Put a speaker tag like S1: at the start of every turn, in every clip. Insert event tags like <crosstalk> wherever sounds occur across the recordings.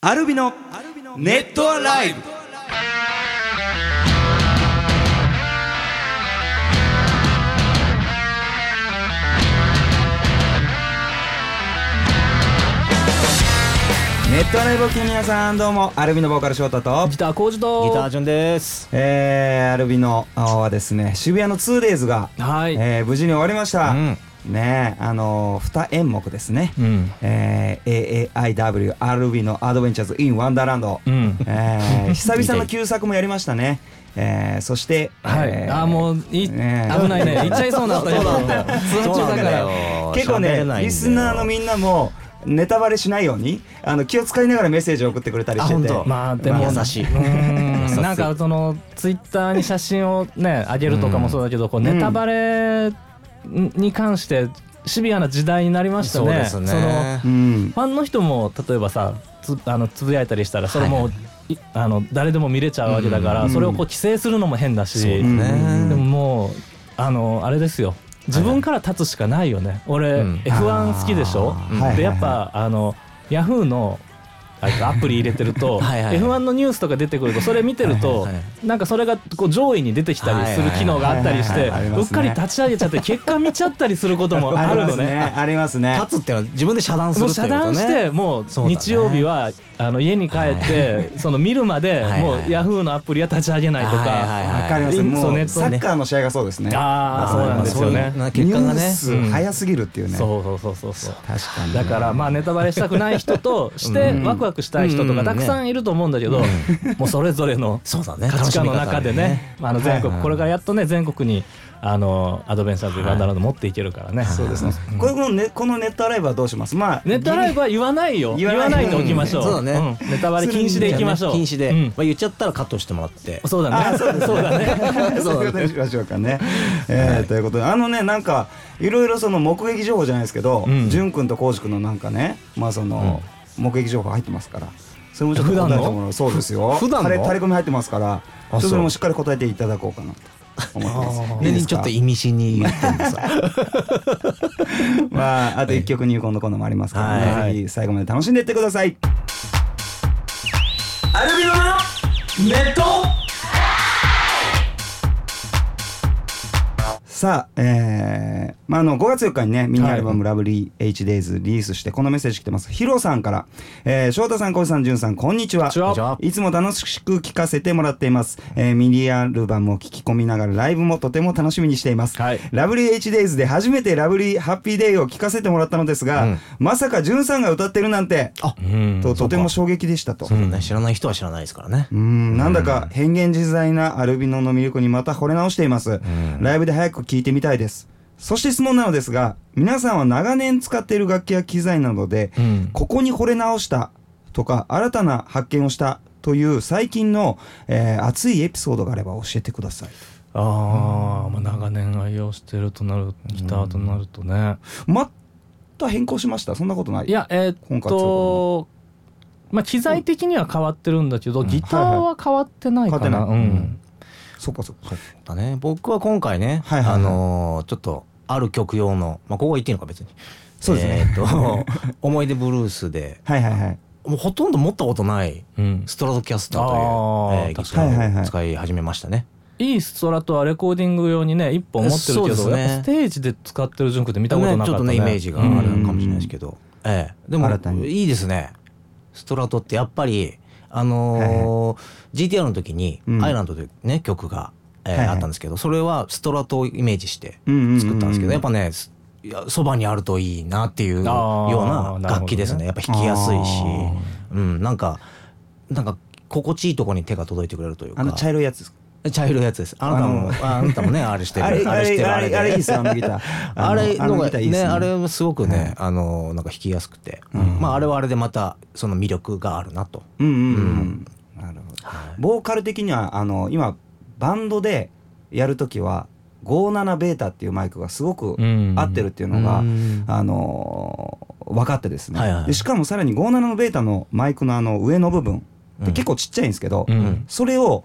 S1: アルビのネットアライブネットアライブを聞きの皆さんどうもアルビのボーカル翔太と
S2: ギター工事と
S3: ギタージュンです。
S1: えー、アルビのはですね渋谷の 2days が、
S2: はい、
S1: えー無事に終わりました、
S3: うん
S1: ねえあのー、2演目ですね、
S3: うん。
S1: えー、AAIW アルビのアドベンチャーズ・イン・ワンダーランド、
S3: うん。
S1: え
S2: <laughs>
S1: ー久々の旧作もやりましたね、えー、そして、
S2: はい
S1: えー
S2: あーもういい、
S1: ねえ
S2: 危ない
S3: <laughs>
S2: ね行っちゃいそうになったけど
S3: そうなんだよ
S2: ツアー中だから
S1: 結構ねリスナーのみんなもネタバレしないようにあの気を使いながらメッセージを送ってくれたりして
S3: あ
S1: て
S3: 本当
S2: まあでも、
S3: まあ優しいう
S2: ーん
S3: 優しい
S2: なんかそのツイッターに写真をね上げるとかもそうだけど、こうネタバレに関してシビアな時代になりましたね。
S3: そうですね。
S2: その
S1: うん
S2: ファンの人も例えばさつあのつぶやいたりしたらそれもう、いあの誰でも見れちゃうわけだから、
S1: うん
S2: それをこう規制するのも変だし、
S3: そうだ
S1: ね
S2: でももうあのあれですよ自分から立つしかないよね俺、
S3: うん
S2: F1 好きでしょ
S1: あー
S3: うん
S1: はいはいはい
S2: でやっぱあのヤフーのあいつアプリ入れてると
S3: <laughs> はいはい
S2: F1 のニュースとか出てくるとそれ見てると
S3: はいはいは
S2: なんかそれがこう上位に出てきたりする機能があったりし
S1: はいは
S2: て
S1: いはいはいあり
S2: う
S1: ま
S2: っ
S1: す
S2: か
S1: ね
S2: り立ち上げちゃって結果見ちゃったりすることもあ
S1: あり
S2: る
S1: ま
S2: の
S1: すね
S2: ね。
S1: ありますね
S3: 立つっていうのは自分で遮断す
S2: も
S3: るっ
S2: う
S3: てい
S2: 遮
S3: うこと
S2: 断
S3: ね。
S2: してもう
S3: そうだね
S2: 日曜日はあの家に帰ってその見るまで
S3: はい
S2: もうヤフーのアプリは立ち上げないと
S3: はいはいはい
S2: か
S1: わかります
S2: イン
S1: も
S2: そうネ
S1: う
S2: ッ
S1: サ
S2: ト
S1: ッ
S2: ね
S1: カーの試合がそうですね
S2: あーそうなんですよね
S3: まあそういう結果が
S1: ニュー
S3: ね。
S1: ス早すぎるっていうね、
S2: そうそうそうそうそう
S1: 確かに
S2: だからまあネタバレしたくない人としてワクワクしたい人とかたくさんいると思うんだけどもうそれぞれの
S3: そうだね。
S2: 価値観の中で
S3: 楽しみ方が
S2: ねまああの全国これからやっとね全国にあのアドベンチャーズガンダランド持っていけるからね
S1: そうですね、これこのねこのネットアライブはどうしますまあ
S2: ネタライブは言わないよ
S1: 言
S2: 言
S1: わ
S2: わ
S1: な
S2: ないいでおきましょう
S3: そうだね
S2: んネタバレ禁止でいきましょう
S3: 禁止で、
S2: うん
S3: まあ言っちゃったらカットしてもらって。
S2: そうだねそうだね
S1: そういうことにしましょうかね。えーということであのねなんかいろいろその目撃情報じゃないですけど、
S2: うん
S1: 淳君と浩司君のなんかねまあその、目撃情報入ってますから。それもちょっと
S2: 普段の
S1: 答えてもらうそうですよ。
S3: 普段の
S1: 垂れ垂れ込み入ってますから、ちょ
S3: あ
S1: っとそれ
S3: そ
S1: も
S3: う
S1: しっかり答えていただこうかなと思ってます。いいで
S3: ね
S1: す
S3: ちょっ
S1: か
S3: と意味深に言ってんですよ
S1: <laughs> まああと一曲入魂のコーナーもありますからね、
S3: はい
S1: ぜひ最後まで楽しんでいってください。アルビノのネットさあ、えーまあ、あの5月4日にねミニアルバム「ラブリー h d a y s リリースしてこのメッセージ来てますヒロさんから、えー、翔太さん浩司さん潤さんこんにちは
S2: こんにちはい
S1: つも楽しく聴かせてもらっています、えーミニアルバムを聴き込みながらライブもとても楽しみにしています、
S2: はい
S1: ラブリー h d a y s で初めて「ラブリーハッピーデイを聴かせてもらったのですが、
S3: うん
S1: まさか潤さんが歌ってるなんて
S2: うん
S1: ととても衝撃でしたと
S3: <laughs> そうだね。知らない人は知らないですからね
S1: う。んなんだか変幻自在なアルビノの魅力にまた惚れ直しています、ライブで早く聴いてみたいですそして質問なのですが皆さんは長年使っている楽器や機材などで、
S2: うん
S1: ここに惚れ直したとか新たな発見をしたという最近の、えー熱いエピソードがあれば教えてください
S2: あーまあ長年愛用してるとなるギターとなるとね
S1: また変更しましたそんなことない
S2: いやえー
S1: 今回
S2: っ
S1: ちょ
S2: とまあ機材的には変わってるんだけどギターは変わってないか
S1: 変わ
S2: な
S1: っ
S2: う
S1: てない
S2: ん
S1: そっかそっか
S3: だね。僕は今回ね、
S1: はいはいはい
S3: あのーちょっとある曲用の、まあここは言っていいのか別に。
S1: そうですね
S3: えーっと <laughs> 思い出ブルースで、
S1: はいはいはい
S3: もうほとんど持ったことない
S2: うん
S3: ストラトキャスターという
S2: あー、
S3: えー、ギ
S2: 確
S3: タ
S1: かに
S3: ーを使い始めましたね。
S2: いいストラとはレコーディング用にね一本持ってる
S3: そう
S2: け
S3: で
S2: ど
S3: すね
S2: やっぱステージで使ってるジュンクって見たことなかったね
S3: ちょっとねイメージがある
S2: うん
S3: かもしれないですけど、ええ、で
S1: 新た
S3: も
S1: に
S3: いいですねストラトってやっぱりあのー GTR の時に
S1: う
S3: 「
S1: ん
S3: アイランド」というね曲が、ええ
S1: はいはい
S3: あったんですけどそれはストラトをイメージして
S1: うんうんうんうん
S3: 作ったんですけどやっぱねすいやそばにあるといいなっていうよう
S2: あー
S3: な
S2: なるほどね
S3: 楽器ですねやっぱ弾きやすいし
S1: あー、
S3: うん、なんかなんか心地いいところに手が届いてくれるというか
S1: あの茶色いやつですか
S3: 茶色いやつですあなたもああなたもね <laughs> あれしてる
S1: あれ
S3: あ
S1: あ
S3: れして
S1: れ
S3: る
S1: あ
S3: で
S1: れあれいいっすよあのギターの
S3: あれ
S1: あの
S3: の
S1: ギ
S3: が
S1: ターいいっす
S3: ね、あれすごくね、あの、なんか弾きやすくて、まあ、あれはあれでまた、その魅力があるなと。
S1: うんうんうん、なるほど、ボーカル的にはあの今バンドでやるときは57ベータっていうマイクがすごく
S2: うん
S1: 合ってるっていうのが、
S3: うん
S1: あのー分かってですね、
S3: はいはい
S1: でしかもさらに57のベータのマイクのあの上の部分って結構ちっちゃいんですけど、
S2: うん
S1: それを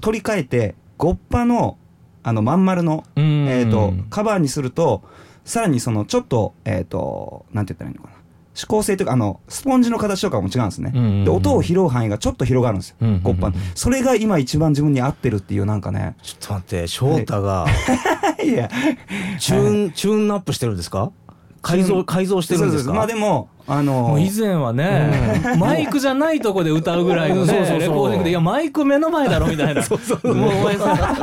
S1: 取り替えてゴッパのあのまん丸の、
S2: うん
S1: えー、とカバーにするとさらにそのちょっと,、えー、となんて言ったらいいのかな指向性というか、あの、スポンジの形とかも違うんですね。
S2: うんうんうん
S1: で、音を拾う範囲がちょっと広がるんですよ。
S2: うんうんうん
S1: コッパの。それが今一番自分に合ってるっていう、なんか
S2: <laughs>
S1: ね。
S3: ちょっと待って翔太が
S1: いや、
S3: チューンチューンアップしてるんですか
S1: チ
S3: 改
S1: ュー
S3: 造
S1: ン
S3: 改造してるんで
S1: そ
S3: す
S1: うそうそうまあ
S3: か
S1: でも、あ
S2: も
S1: の
S2: う、以前はね、マイクじゃないとこで歌うぐらいのね
S3: そうそうそう
S2: レコーディングで「いやマイク目の前だろ」みたいなもうお前さ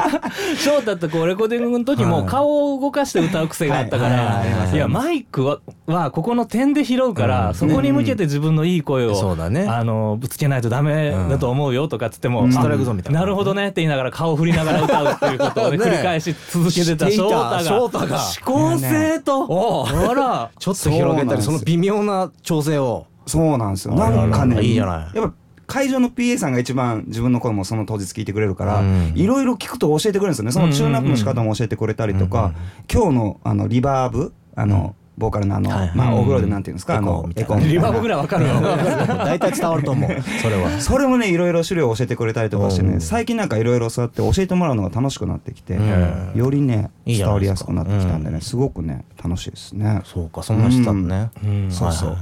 S2: 翔太ってこうレコーディングの時も顔を動かして歌う癖があったか
S1: はいはいはいは
S2: ら
S1: い
S2: いやマイクははここの点で拾うからそこに向けて自分のいい声
S3: そ
S2: を
S3: うだね
S2: あのぶつけないとダメだと思うよとかっつっても、
S1: うん
S2: あ
S1: ストライ
S3: クゾーンみたいな
S2: なるほどねって言いながら顔振りながら歌うっていうことを、ね
S3: ね
S2: 繰り返し続けてた
S3: してい
S2: 翔
S3: た
S2: 太
S3: 翔
S2: が <laughs>
S3: 太が
S2: 思考性と、あら
S3: ちょっと広げた
S1: そなんで
S3: りそう
S1: すよ
S3: の微妙な調整を
S1: そうなんですよ。
S3: あらら
S1: なんかね、
S3: いいじゃない
S1: やっぱ会場の PA さんが一番自分の声もその当日聞いてくれるから
S3: うん、
S1: いろいろ聞くと教えてくれるんですよね。そのチューンアップの仕方も教えてくれたりとか、今日のあのリバーブ、あの、ボーカルのあの
S3: はいは、い
S1: まあお風呂でなんていうんですか、あの、
S3: エ
S1: エ
S3: コ
S1: コ
S3: ー
S1: ーみたい
S3: みた
S2: リ
S1: な
S2: バーブぐらいわかるわ
S3: 大体伝わると思うそれは
S1: それもねいろいろ種類を教えてくれたりとかして
S3: うん
S1: ね最近なんかいろいろそうやって教えてもらうのが楽しくなってきて、
S3: うん
S1: よりね
S3: いいじ
S1: 伝
S3: ゃない
S1: わり
S3: で
S1: や
S3: す
S1: す
S3: か
S1: くなってきたんでねすごくね楽しいですね。
S3: そうかそんなしたのね
S2: うん
S3: そうそ
S1: は
S3: う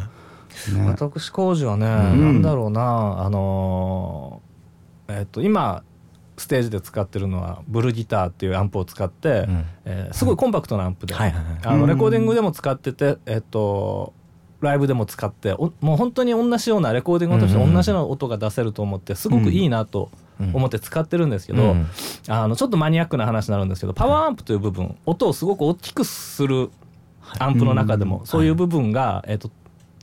S1: いね
S2: 私工事はね、なんだろうなあのーえっと今ステージで使ってるのはブルギターっていうアンプを使って、
S3: ん
S2: えーすごいコンパクトなアンプで、
S3: はいはいはい
S2: あ
S1: う
S2: の
S1: ん
S2: レコーディングでも使ってて、えっとライブでも使っておもう本当に同じようなレコーディングとして同じような音が出せると思ってすごくいいなと思って使ってるんですけど、
S3: うん
S2: あのちょっとマニアックな話になるんですけどパワーアンプという部分音をすごく大きくするアンプの中でも、そういう部分が、えっと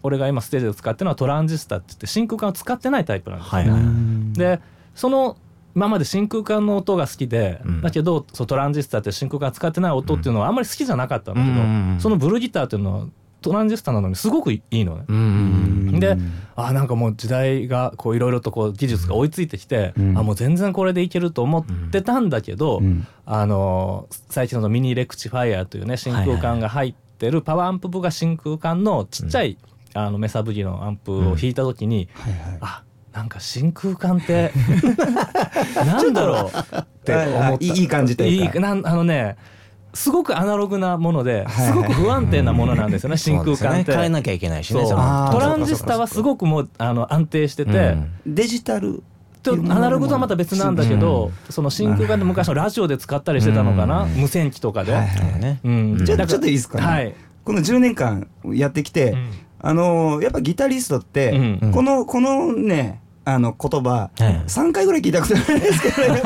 S2: 俺が今ステージで使ってるのはトランジスタって言って真空管を使ってないタイプなんです、
S3: はいはいはい
S2: でその今まで真空管の音が好きで、
S3: うん
S2: だけどそうトランジスタって真空管使ってない音っていうのはあんまり好きじゃなかったんだけど、
S3: うんうんうん
S2: そのブルーギターっていうのはトランジスタなのにすごくいいのね。
S3: うんうん
S2: であなんかもう時代がこういろいろとこう技術が追いついてきて、
S1: うん
S2: あもう全然これでいけると思ってたんだけど、
S1: うん
S2: あの最近のミニレクチファイアというね真空管が入ってるパワーアンプ部が真空管のちっちゃい、あのメサブギのアンプを弾いた時に、
S1: はいはい
S2: あなんか真空管って
S1: <laughs>
S2: なんだろうって思った
S1: ああいいいい感じというか
S2: いなんあのねすごくアナログなもので
S1: はい
S2: すごく不安定なものなんですよね、真空管っ
S3: そうですね
S2: て。
S3: 変えなきゃいけないし
S2: そう
S3: ね
S2: ト
S3: その
S1: あー
S2: ランジスタはすごくもうあの安定してて、
S3: うん
S1: デジタル
S2: とアナログとはまた別なんだけど、その真空管で昔のラジオで使ったりしてたのかな、
S3: うん
S2: 無線機とかで、
S1: はいはい
S3: ね
S2: うん
S1: ちょ
S2: だから
S1: ちょっといいですかね
S2: はい、
S1: この10年間やってきて、
S2: うん
S1: あのーやっぱギタリストって、
S2: うん
S1: このこのねあの言葉、
S3: はい
S1: 三3回ぐらい聞いたことないですけど、ね、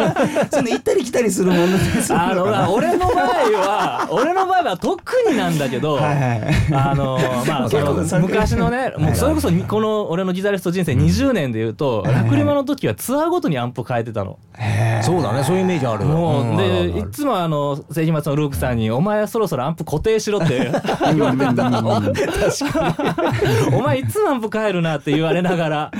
S2: <laughs>
S1: その行ったり来たりするものです
S2: あの
S1: <laughs>
S2: まあ俺の場合は俺の場合は特になんだけど、
S1: はいはい
S2: あのまあその
S1: 結構
S2: 昔のねもうそれこそにこの俺のギタリスト人生20年でいうと、ラクリマの時はツアーごとにアンプ変えてたの。
S1: <laughs>
S3: そうだねそういうイメージある
S2: もうで
S3: んあるあ
S2: い
S3: る
S2: つもあの世紀末のルークさんに「お前はそろそろアンプ固定しろ」
S1: <laughs>
S2: って言われたのお前いつもアンプ変えるな」って言われながら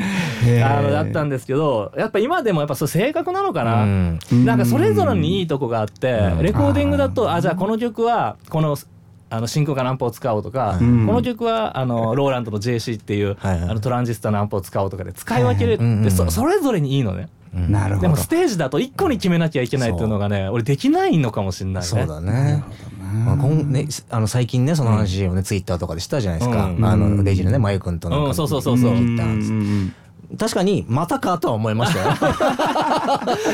S1: へー
S2: あのだったんですけどやっぱ今でもやっぱそう性格なのか
S3: う
S2: な。
S3: ん
S2: なんかそれぞれにいいとこがあって
S3: うん
S2: レコーディングだと「あじゃあこの曲はこの」あの真空管のアンプを使おうとか、
S1: うん
S2: この曲はあのローランドの JC っていう、
S3: はいはい
S2: あのトランジスタのアンプを使おうとかで使い分けるって、
S3: はいはいうんうん
S2: そそれぞれにいいのね。
S3: うん
S1: なるほ
S2: で
S1: ど
S2: もステージだと一個に決めなきゃいけないっていうのがね俺できないのかもしれないね。
S3: そうだね。まあ、こんねあの最近ねその話をね、ツイッターとかでしたじゃないですか、
S2: うん
S3: あのレイジのねまゆくんとなんか、
S2: うんそうそうそうそう
S3: 聞いた
S1: うんうんうん
S3: 確かにまたかとは思いましたよ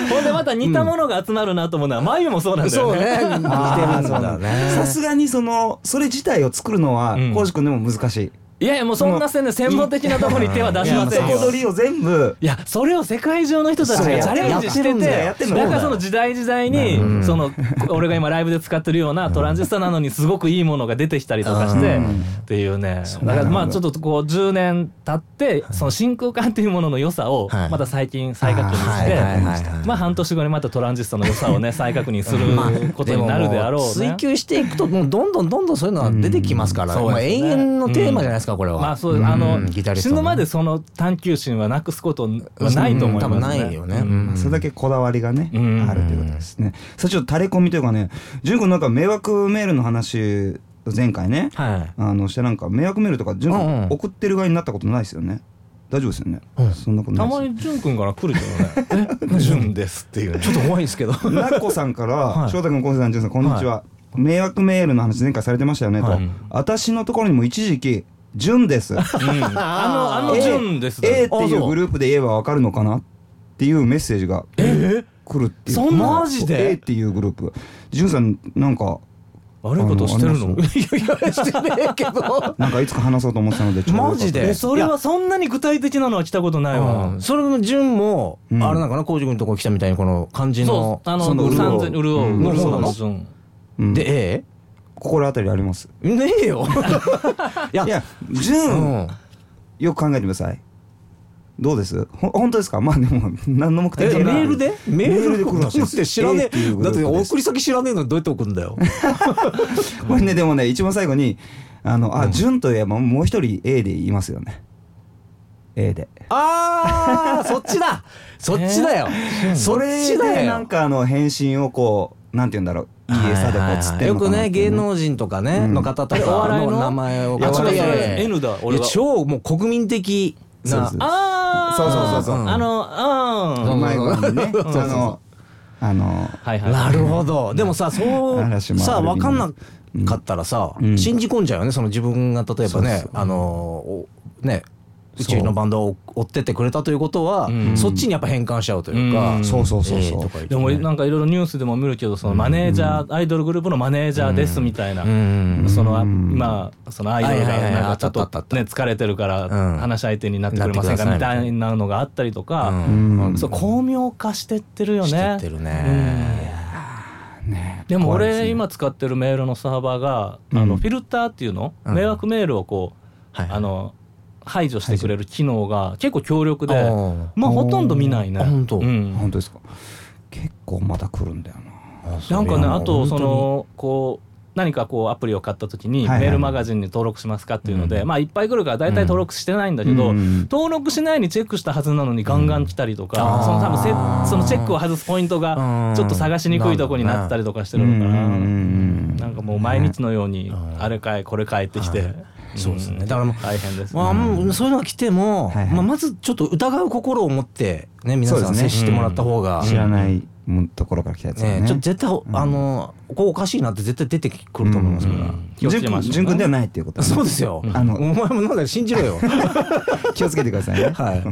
S2: ほんでまた似たものが集まるなと思うのは眉もそうなんだよね。
S3: ね似てるんだね
S1: さすがにそのそれ自体を作るのは
S2: うん
S1: 浩司君でも難しい。
S2: いやいやもうそんなせんで専門的なところに手は出しません
S1: そこ
S2: よ。
S1: 取りを全部
S2: いやそれを世界中の人たちがチャレンジして
S3: そうやって
S2: て
S1: んだよ
S2: だからその時代時代にその俺が今ライブで使ってるようなトランジスタなのにすごくいいものが出てきたりとかして
S1: うん
S2: っていうねだからまあちょっとこう10年経ってその真空管っていうものの良さを
S3: はい
S2: また最近再確認し
S3: はいはい
S2: て
S3: はいはい
S2: まあ半年後にまたトランジスタの良さをね
S3: <laughs>
S2: 再確認することになるであろう
S3: でもも
S2: ね
S3: 追。求していくともうどんどんどんどんそういうのは出てきますから、
S2: うん
S3: まあ、
S2: そうで
S3: 永
S2: すね
S3: 遠のテーマじゃないですかこれは、
S2: まあそうあの
S3: うんギタリスト
S2: 死
S3: の
S2: ぬまでその探求心はなくすことはないと思い
S3: うん
S2: ます
S3: 多分ない
S2: ね。
S3: よね、うん
S1: それだけこだわりがね、
S2: うん
S1: あるということですね。さあちょっと垂れ込みというかね、純君なんか迷惑メールの話前回ね、
S3: はい
S1: あのしてなんか迷惑メールとか純
S3: うんう
S1: 君
S3: ん
S1: 送ってる側になったことないですよね。大丈夫ですよね。そんなことな
S2: た
S1: い
S2: ま
S1: です。
S2: に淳君から来るけど
S3: <laughs>
S2: ね。え淳ですっていうね。
S3: ちょっと怖いんですけど
S1: なっこさんから、
S2: い
S1: 翔太君、昴生さん、純さん、こんにちは。迷惑メールの話前回されてましたよねと、
S2: はい
S1: 私のところにも一時期純です。
S2: あのあの
S1: え
S2: 順ですだ
S1: A っ
S2: ね
S1: ていうグループで言えばわかるのかなっていうメッセージが
S2: <laughs> え
S1: 来るっていう。
S2: そんなマジで
S1: A っていうグループ。純さんなんか
S2: 悪いことしてる
S1: あの
S2: の
S1: ありま
S3: いやいやしてねえけど
S1: なんかいつか話そうと思ってたのでちょうどよかった
S3: <laughs> マジで
S2: えそれはそんなに具体的なのは来たことないわ
S3: うんそれも潤もあ
S1: う
S3: れ
S1: ん
S3: なのかな浩二君のとこ来たみたいにこの漢字の
S2: そうあの
S1: その
S2: 三
S1: 潤
S2: 千潤う
S1: うん
S2: 潤う
S3: そうなの
S2: 潤
S1: うん
S3: で
S1: 心当たりあります。
S3: えねえよいや
S1: いや
S3: う
S1: 純
S3: ん
S1: よく考えてください。どうです？ほ本当ですか？ <laughs> まあでも何の目的もない <laughs>
S3: でメ
S1: メールで来るらしいです
S3: だって知らね
S1: A ってい
S3: え
S1: うグ
S3: だ
S1: ルー
S3: っ
S1: プです
S3: て送り先知らねえのにどうやって送るんだよ
S1: これねでもね一番最後にあのあ純といえばもう一人 A で言いますよね。A で。
S3: あーそっちだそっちだよそ
S1: そ
S3: っ
S1: れ
S3: ちだ
S1: でなん
S3: よ
S1: かあの返信をこうなんて言うんだろういい餌でこう釣ってん
S3: よ
S1: のか
S3: く
S1: なって
S3: ね芸
S1: いう
S3: 能人とかね
S1: うん
S3: の方と
S2: あれお
S3: か
S2: 笑い
S3: の
S2: の
S3: 名前を
S1: いや
S3: あ
S1: それ
S3: いやい
S1: そ
S3: や
S1: れ
S2: N だ俺はい
S3: や超もう国民的
S1: そう
S3: な
S1: そう
S2: ああ
S1: そうそうそうそう
S2: あの
S1: う
S2: あ
S1: まい
S2: <laughs>
S1: ことにね
S3: そうそうそう
S1: あのあの
S2: ーはいはい
S3: なるほどでもさそう
S1: 嵐も
S3: さ
S1: アルビノ
S3: 分かんなかったらさ、
S1: うん
S3: 信じ込んじゃうよねその自分が例えばね
S1: そうそう
S3: あのおね
S1: そう
S3: 宇宙のバンドを追ってってくれたということは、
S2: うん
S3: そっちにやっぱ変換しちゃうというか、
S2: うん
S1: そうそうそうそう
S3: えーとか言って
S2: でもなんかいろいろニュースでも見るけどそのマネージャーアイドルグループのマネージャーですみたいな
S3: うん
S2: そのあ
S1: うん
S2: 今そのアイドル
S3: は
S2: が
S3: いはいはい
S2: なんかちょっ
S3: あったあっ
S2: とね疲れてるから
S3: うん
S2: 話し相手になってくれませんか
S3: なっ
S2: み
S3: てください
S2: たいなのがあったりと
S3: う
S2: か
S3: ん
S1: うん
S2: そう巧妙化してってるよ
S3: して
S2: ね
S3: ってるね、
S1: ね
S2: でも
S1: 怖いす
S2: 俺
S1: ね
S2: 今使ってるメールのサーバーがあ
S1: うん
S2: のフィルターっていうの
S3: うん
S2: 迷惑メールをこう
S3: はい
S2: あの排除してくれる機能が結構強力で
S3: あー
S2: まあほとんど見ないね
S3: あ本当
S2: うん
S1: 本当ですか結構また来るんだよな
S2: なんかねあとそ
S3: 本当に
S2: のこう何かこうアプリを買った時に
S1: はいはい
S2: メールマガジンに登録しますかっていうので、
S3: うん
S2: まあいっぱい来るから大体登録してないんだけど、
S1: うん
S2: 登録しないようにチェックしたはずなのにガンガン来たりとか、
S3: うん
S2: その多分せ
S3: あー
S2: そのチェックを外すポイント
S3: う
S2: が
S3: ん
S2: ちょっと探しにくいとこになったりとかしてるのかな。なんかもう毎日のように
S3: うん
S2: あれかいこれかいってきて、
S3: はいそうですねだからもう
S2: 大変ですね、
S3: まあ、もうそういうのが来ても、
S1: はいはい
S3: まあ、まずちょっと疑う心を持って、ね、皆
S1: そ
S3: さ
S1: うんですね
S3: 接してもらった方が、
S1: 知らないもんところから来たやつだ
S3: ね
S1: ね
S3: ちょっと絶対、
S1: ん
S3: あのここおかしいなって絶対出てくると思いますから、
S2: うん気をつけましょうね
S1: 純くんではないっていうことね
S3: そうですよ、
S2: うん
S1: あ
S3: お
S1: の
S3: 前もなんか信じろよ
S1: 気をつけてくだ
S2: <laughs>
S1: さいね
S3: はい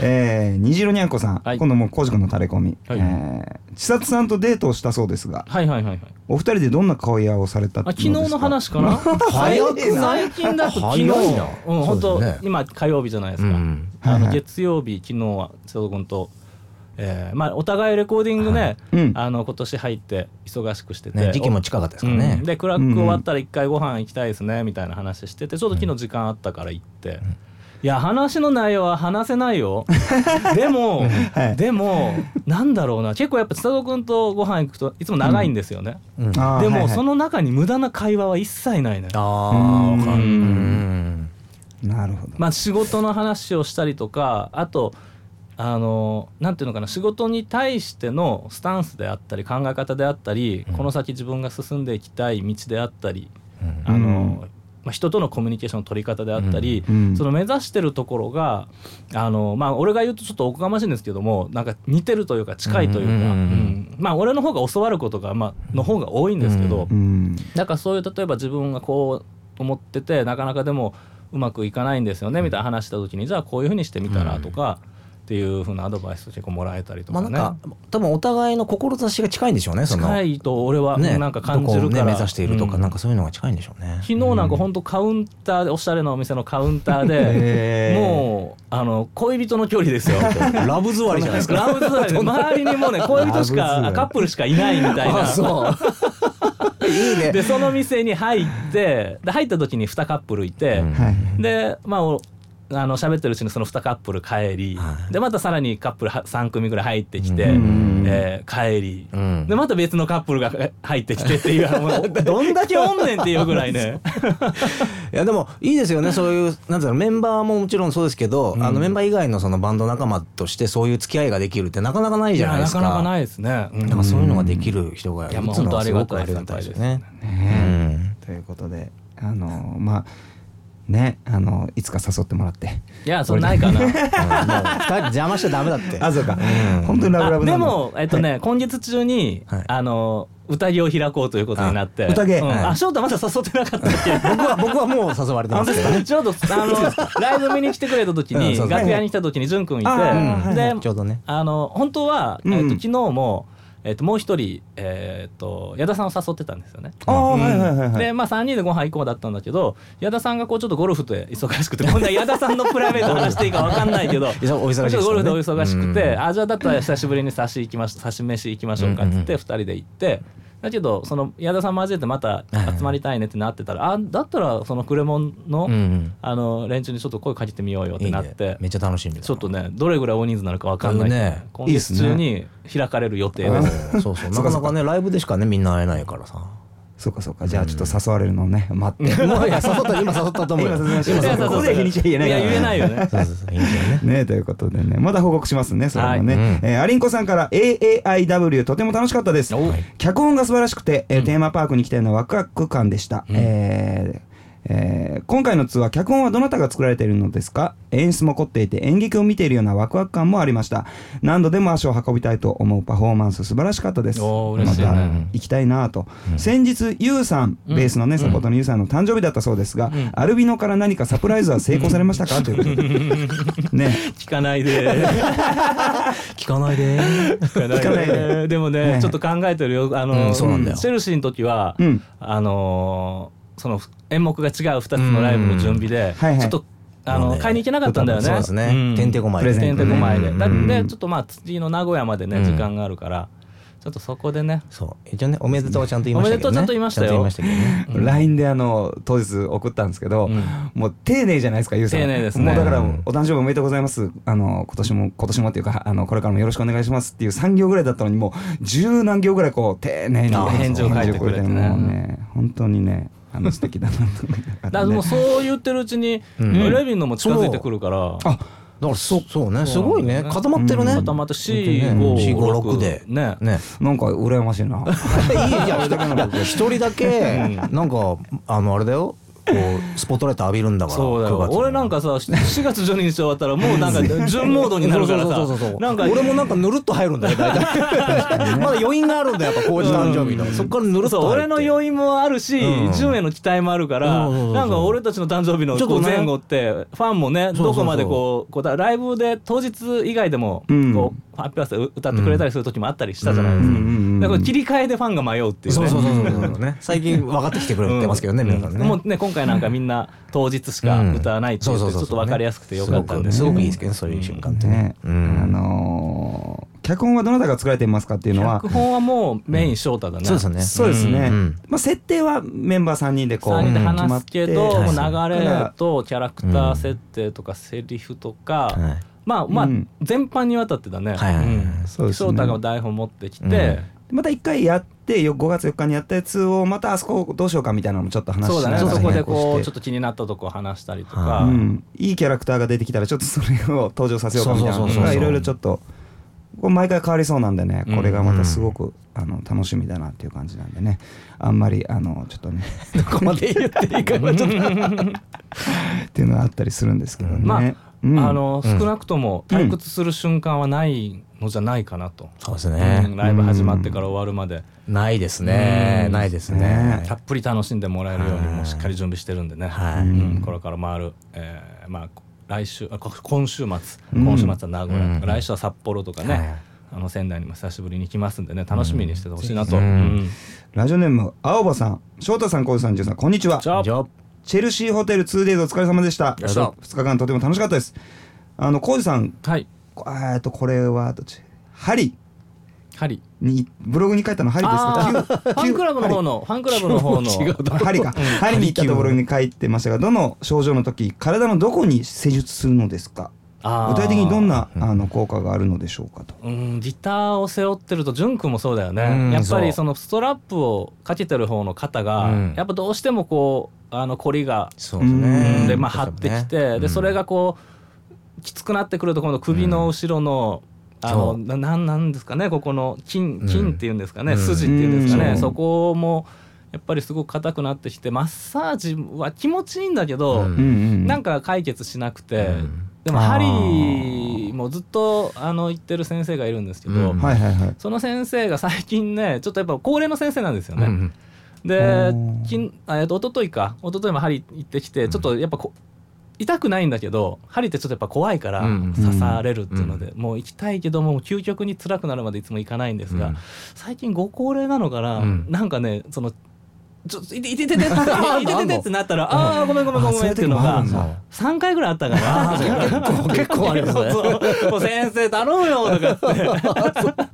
S1: えー虹色にゃんこさん
S2: はい
S1: 今度もう浩司君のタレコミえ
S2: はい
S1: ー千里さんとデートをしたそうですが
S2: はいはいはいはい
S1: お二人でどんな顔やをされた
S2: あ
S1: ので
S2: 昨
S1: すか
S2: 日の話か <laughs> な
S3: 早くない
S2: 最近だと昨日
S3: 早いな
S2: うん、本
S3: そ
S2: 当、
S3: うですね
S2: 今火曜日じゃないですか、
S3: うん
S2: あ
S1: はい
S2: の
S1: はい
S2: 月曜日昨日は瀬戸君と、えーまあ、お互いレコーディングね、
S1: うん
S2: あの今年入って忙しくしてて、
S3: ね時期も近かったですからね、
S2: うんでクラック終わったら一回ご飯行きたいですねみたいな話しててちょうど昨日時間あったから行って、いや話の内容は話せない
S3: <laughs>
S2: よでも、
S1: はい
S2: でもなんだろうな結構やっぱ千里君とご飯行くといつも長いんですよね、
S3: うんあ
S1: あー
S2: で
S1: はい
S2: も
S1: はい
S2: その中に無駄な会話は一切ないね、
S3: あー
S1: うん
S3: うん
S1: なるほど
S2: まあ、仕事の話をしたりとかあとあのなんていうのかな仕事に対してのスタンスであったり考え方であったり、
S3: うん
S2: この先自分が進んでいきたい道であったり、
S3: うん
S2: あのまあ、人とのコミュニケーションの取り方であったり、
S1: うん
S2: その目指してるところがあの、まあ、俺が言うとちょっとおこがましいんですけどもなんか似てるというか近いというか、
S3: うんうんうんうん
S2: うんまあ、俺の方が教わることが、まあの方が多いんですけど、
S3: うん
S1: うん
S2: だからそういう例えば自分がこう思っててなかなかでもうまくいかないんですよねみたいな話した時にじゃあこういうふうにしてみたらとか、っていうふうなアドバイスを結構もらえたりと
S3: ま
S2: か
S3: あ
S2: ね。
S3: なんか多分お互いの志が近いんでしょうねその
S2: 近いと俺は
S3: ね
S2: なんか感じ
S3: どこ
S2: る
S3: を
S2: か
S3: ね
S2: ら、
S3: 目指しているとか、
S2: うん
S3: なんかそういうのが近いんでしょうね
S2: 昨日なんか本当カウンターでおしゃれなお店のカウンター
S3: <laughs>
S2: で
S1: えー
S2: もうあの恋人の距離ですよ
S3: ラブ座りじゃないですか
S2: ラブツアーで周りにもうね恋人し
S1: ラブツア
S2: か
S1: ー
S2: カップルしかいないみたいな <laughs>
S3: あそういいね
S2: でその店に入ってで入った時に2カップルいて、
S3: うん
S1: はい
S2: でまあおあの喋ってるうちにその2カップル帰り、
S3: はい
S2: でまたさらにカップルは3組ぐらい入ってきて、
S1: うん
S2: えー帰り、
S3: うん
S2: でまた別のカップルがえ入ってきてっていう
S3: <laughs>
S2: もうどんだけおんねんっていうぐらいね
S3: <laughs> いやでもいいですよねそういうなんだろうのメンバーももちろんそうですけど、あのメンバー以外のそのバンド仲間としてそういう付き合いができるってなかなかないじゃないですか。
S2: いやなかなか
S3: い。
S2: ないですね、うん
S3: なんかそういうのができる人が
S2: ん
S3: い
S2: いや
S3: る
S2: もう
S3: っていうの
S2: 本
S3: は
S2: 当
S3: すごく
S2: あ
S3: あり
S2: り
S3: が
S2: が
S3: た
S2: た
S3: い
S2: いで
S3: で
S2: すす
S3: ね
S2: ね。
S3: うん
S1: ということであのまあねあのいつか誘ってもらって
S2: いやそんないかな
S3: 人邪魔しちゃダメだ <laughs> って
S1: あそうか、
S3: うん
S1: 本当にラブラブ
S2: あ
S1: な
S2: で
S1: んだ
S2: もえっとね、今月中に、
S3: はい
S2: あの宴を開こうということになって
S1: あ宴
S2: うん
S1: はい
S2: あ翔太まだ誘ってなかったっけ
S3: 僕は僕はもう誘われてますけど
S2: <laughs>
S3: ね
S2: ちょうどあのライブ見に来てくれた時
S3: うん
S2: に
S3: そうそう
S2: 楽屋に来た時に潤くんいて
S1: あー
S2: で
S3: ちょうどね
S2: あの本当は、
S1: うん
S2: えっと昨日も、えっともう一人、えっと矢田さんを誘ってたんですよね。
S1: ああ、はいはいはいはい
S2: でまあ3人でご飯行こうだったんだけど矢田さんがこうちょっとゴルフで忙しくてこんな矢田さんのプライベート話していいか分かんないけど
S3: <laughs> いやお忙しいですよね
S2: ちょっとゴルフでお忙しくて、
S3: うん
S2: あじゃあだったら久しぶりに差し行きまし差し飯行きましょうかっつっ
S3: うんうんう
S2: て2人で行って。だけどその矢田さん交えてまた集まりたいねってなってたら、あだったらそのクレモンの、
S3: ん
S2: あの連中にちょっと声かけてみようよってなって
S3: いいねめっちゃ楽しみだ
S2: ちょっとねどれぐらい大人数なのかわかんないけど、
S3: あのね
S2: 今月中に開かれる予定
S3: う
S2: です
S3: んそうそうなかなかねライブでしかねみんな会えないからさ
S1: そうかそうかじゃあちょっと誘われるのをね待って
S3: も <laughs> ういや誘った今誘ったと思うよ
S1: 今誘いました
S3: <laughs> 今誘っ
S1: いやここで日にちは言えない
S2: い
S1: か
S2: や
S1: ら
S2: 言えないよね
S3: そうそうそういいんだよね
S1: ねということでねまた報告しますねそれもね、
S3: はいうん
S1: えーアリンコさんから AAIW とても楽しかったです
S3: お
S1: 脚本が素晴らしくて、えーテーマパークに来たようなワクワク感でした、えーえー今回のツアー脚本はどなたが作られているのですか演出も凝っていて演劇を見ているようなワクワク感もありました何度でも足を運びたいと思うパフォーマンス素晴らしかったです
S2: おー嬉しいね
S1: また行きたいなと、先日ゆうさんベースのねサポートのゆうさんの誕生日だったそうですが、アルビノから何かサプライズは成功されましたかということでね
S2: 聞かないで
S3: 聞かないで
S2: 聞
S1: かないで
S2: でもね
S1: ね
S2: ちょっと考えてるよあの、
S3: うんそうなんだよ
S2: チェルシーの時は、
S1: うん
S2: あのその演目が違う2つのライブの準備で、
S1: はいはい
S2: ちょっとあの、
S3: もうね
S2: 買いに行けなかったんだよね
S3: そうですねてんてこまい
S1: プレ
S2: 全
S1: ゼン
S2: 然
S1: トね
S2: 手前で、
S3: うん
S2: だ
S1: うん
S2: でちょっとまあ次の名古屋までね時間があるから、ちょっとそこでね
S3: そう一応ねおめでとうはちゃんと言いました
S2: おめ
S3: けどね
S2: でとうちゃんと言いましたよ
S3: ちゃんと言いましたけどね
S1: LINE であの当日送ったんですけど、
S2: うん
S1: もう丁寧じゃないですかゆうさん
S2: 丁寧ですね
S1: もうだから「
S3: う
S1: お
S3: ん
S1: 誕生日おめでとうございます」あの「今年も今年も」っていうかあの「これからもよろしくお願いします」っていう3行ぐらいだったのにもう十何行ぐらいこう丁寧に
S2: あー返事を書いてくれてね
S1: もうね本当にねあの素敵だなと思いな
S2: だ
S1: が
S2: からら <laughs> も
S1: ね
S2: うそう言ってるうちに、
S3: うん
S2: レビンのも近づいてくるから。
S1: あ
S3: だからそそうねすごいね固まってるね
S2: 固まって
S3: うん
S2: 456
S3: 456で
S2: ね
S3: ね
S1: なんか羨まし
S2: <laughs>
S1: いな
S3: い
S1: <laughs>
S3: いじゃん一人だけなんかあのあれだよこうスポットライト浴びるんだから
S2: そうだよ
S3: 9月に
S2: 俺なんかさ4月12日終わったらもう <laughs> なんか純モードになるからさ
S3: そうそうそうそう
S2: なんか
S3: 俺もなんかぬるっと入るんだよ大体まだ余韻があるんだよやっぱ高一誕生日のそっからぬるっと入って
S2: そう俺の余韻もあるし
S3: うん
S2: 純への期待もあるから
S3: そうそうそうそう
S2: なんか俺たちの誕生日の
S3: ちょっと
S2: こう
S3: ね
S2: 前後ってファンもね
S3: そうそう
S2: どこまでこうこうだライブで当日以外でも
S1: うん
S2: こう発表して歌ってくれたりする時もあったりしたじゃないで
S1: う
S2: す
S1: んうんうんうん
S2: かだから切り替えでファンが迷うっていう
S3: そう
S2: ね
S3: そうそうそうそうね最近分かってきてくれてますけどね皆さんね
S2: もうね今回なんかみんな当日しか歌わないって言ってちょっと分かりやすくてよかったんですす
S3: ごくいいですけどねそういう瞬間って
S1: ね、
S3: うん
S1: あのー脚本はどなたが作られていますかっていうのは
S2: 脚本はもうメイン翔太だね
S3: そうですね
S1: そうですね、
S3: うん
S1: まあ、設定はメンバー3人でこう
S2: 3人で話すけど、
S1: 決
S2: も
S1: まって
S2: う流れとキャラクター設定とかセリフとか、
S3: はい
S2: まあまあ
S1: うん
S2: 全般にわたってだね、
S3: はいはいはい
S2: うん
S1: そうですね
S2: 翔太が台本持ってきて、
S3: うん
S1: また一回やってよ5月4日にやったやつをまたあそこどうしようかみたいなのもちょっと話し
S2: そうだね
S1: ながら
S2: そこでこ
S1: 並行
S2: う
S1: し
S2: ちょ
S1: て
S2: っと気になったとこ話したりと
S3: は
S2: か、
S3: い
S1: うん、いいキャラクターが出てきたらちょっとそれを登場させようかみたいな
S3: そう
S1: の
S3: そうそう
S1: が
S3: そう
S1: いろいろちょっとこう毎回変わりそうなんでねこれがまたすごく、
S3: う
S1: あの楽しみだなっていう感じなんでねあんまりあのちょっとね <laughs>
S3: <laughs> どこまで言っていいかがちょっと
S1: っていうのがあったりするんですけどね。
S2: まあ、
S1: うん
S2: あの
S3: うん
S2: 少なくとも退屈する瞬間はないのじゃないかなと、
S3: そうです
S2: うん
S3: ね
S2: ライブ始まってから終わるまで、
S3: ないですね
S2: うん
S3: ないです
S1: ね
S3: ね
S2: たっぷり楽しんでもらえるようにもしっかり準備してるんでね、
S3: はい
S2: うん、これから回る、えーまあ、来週あこ今週末
S1: うん
S2: 今週末は名古屋とか、
S3: うん
S2: 来週は札幌とかね、
S3: はい
S2: あの仙台にも久しぶりに来ますんでね楽しみにしててほしいなと、
S3: う
S2: うんん
S1: ラジオネーム青葉さん翔太さん浩二さん潤さんこんにちは。
S2: じゃあ
S3: じゃあ
S1: チェルシーホテル 2days お疲れ様でした。
S3: よっしゃ
S1: 2日間とても楽しかったです。あの、コウジさん、
S2: はい
S1: こえっと、これは、どっちハリ
S2: ハリ
S1: に、ブログに書いたのハリですか
S2: ファンクラブの方のファンクラブの方の
S3: 違う
S1: ハリか。ハリに行ったとブログに書いてましたが、どの症状の時、体のどこに施術するのですか
S2: あ
S1: 具
S2: ー
S1: 体的にどんなあの効果があるのでしょうかと。
S2: うんギターを背負ってると淳君もそうだよね、
S3: うん
S2: やっぱ
S3: そう
S2: りそのストラップをかけてる方の肩が、
S3: うん
S2: やっぱどうしてもこうあの凝りが
S3: そう
S1: ですねうん
S2: でまあ張ってきて、でそれがこうきつくなってくると今度首の後ろの、あ
S3: そ
S2: の
S3: う
S2: ななんなんですかねここの筋
S3: ん
S2: 筋っていうんですかね、
S3: うん
S2: 筋っていうんですかね、
S1: うん
S2: そこもやっぱりすごく硬くなってきてマッサージは気持ちいいんだけど、
S1: うん
S3: うん
S1: うん
S2: なんか解決しなくて、
S3: うん
S2: でも
S1: あー
S2: 針もずっとあの言ってる先生がいるんですけど、
S3: うん
S1: はいはいはい
S2: その先生が最近ねちょっとやっぱ高齢の先生なんですよね。
S3: うん
S2: で
S1: おー
S2: きんあ、えっと一昨日か一昨日も針行ってきてちょっとやっぱこ痛くないんだけど針ってちょっとやっぱ怖いから
S3: うん
S2: 刺されるっていうので、もう行きたいけどもう究極に辛くなるまでいつも行かないんですが、
S3: うん
S2: 最近ご高齢なのから、
S3: うん
S2: なんかねそのちょっといていてててててててってなったらああーごめんごめんごめんごめんっていうの
S1: あ
S2: が
S1: そういう時もあるんだ
S2: 3回ぐらいあったから
S3: 結構結構ありますね
S2: <laughs> そうもう先生頼むよとか
S3: <laughs>
S2: って。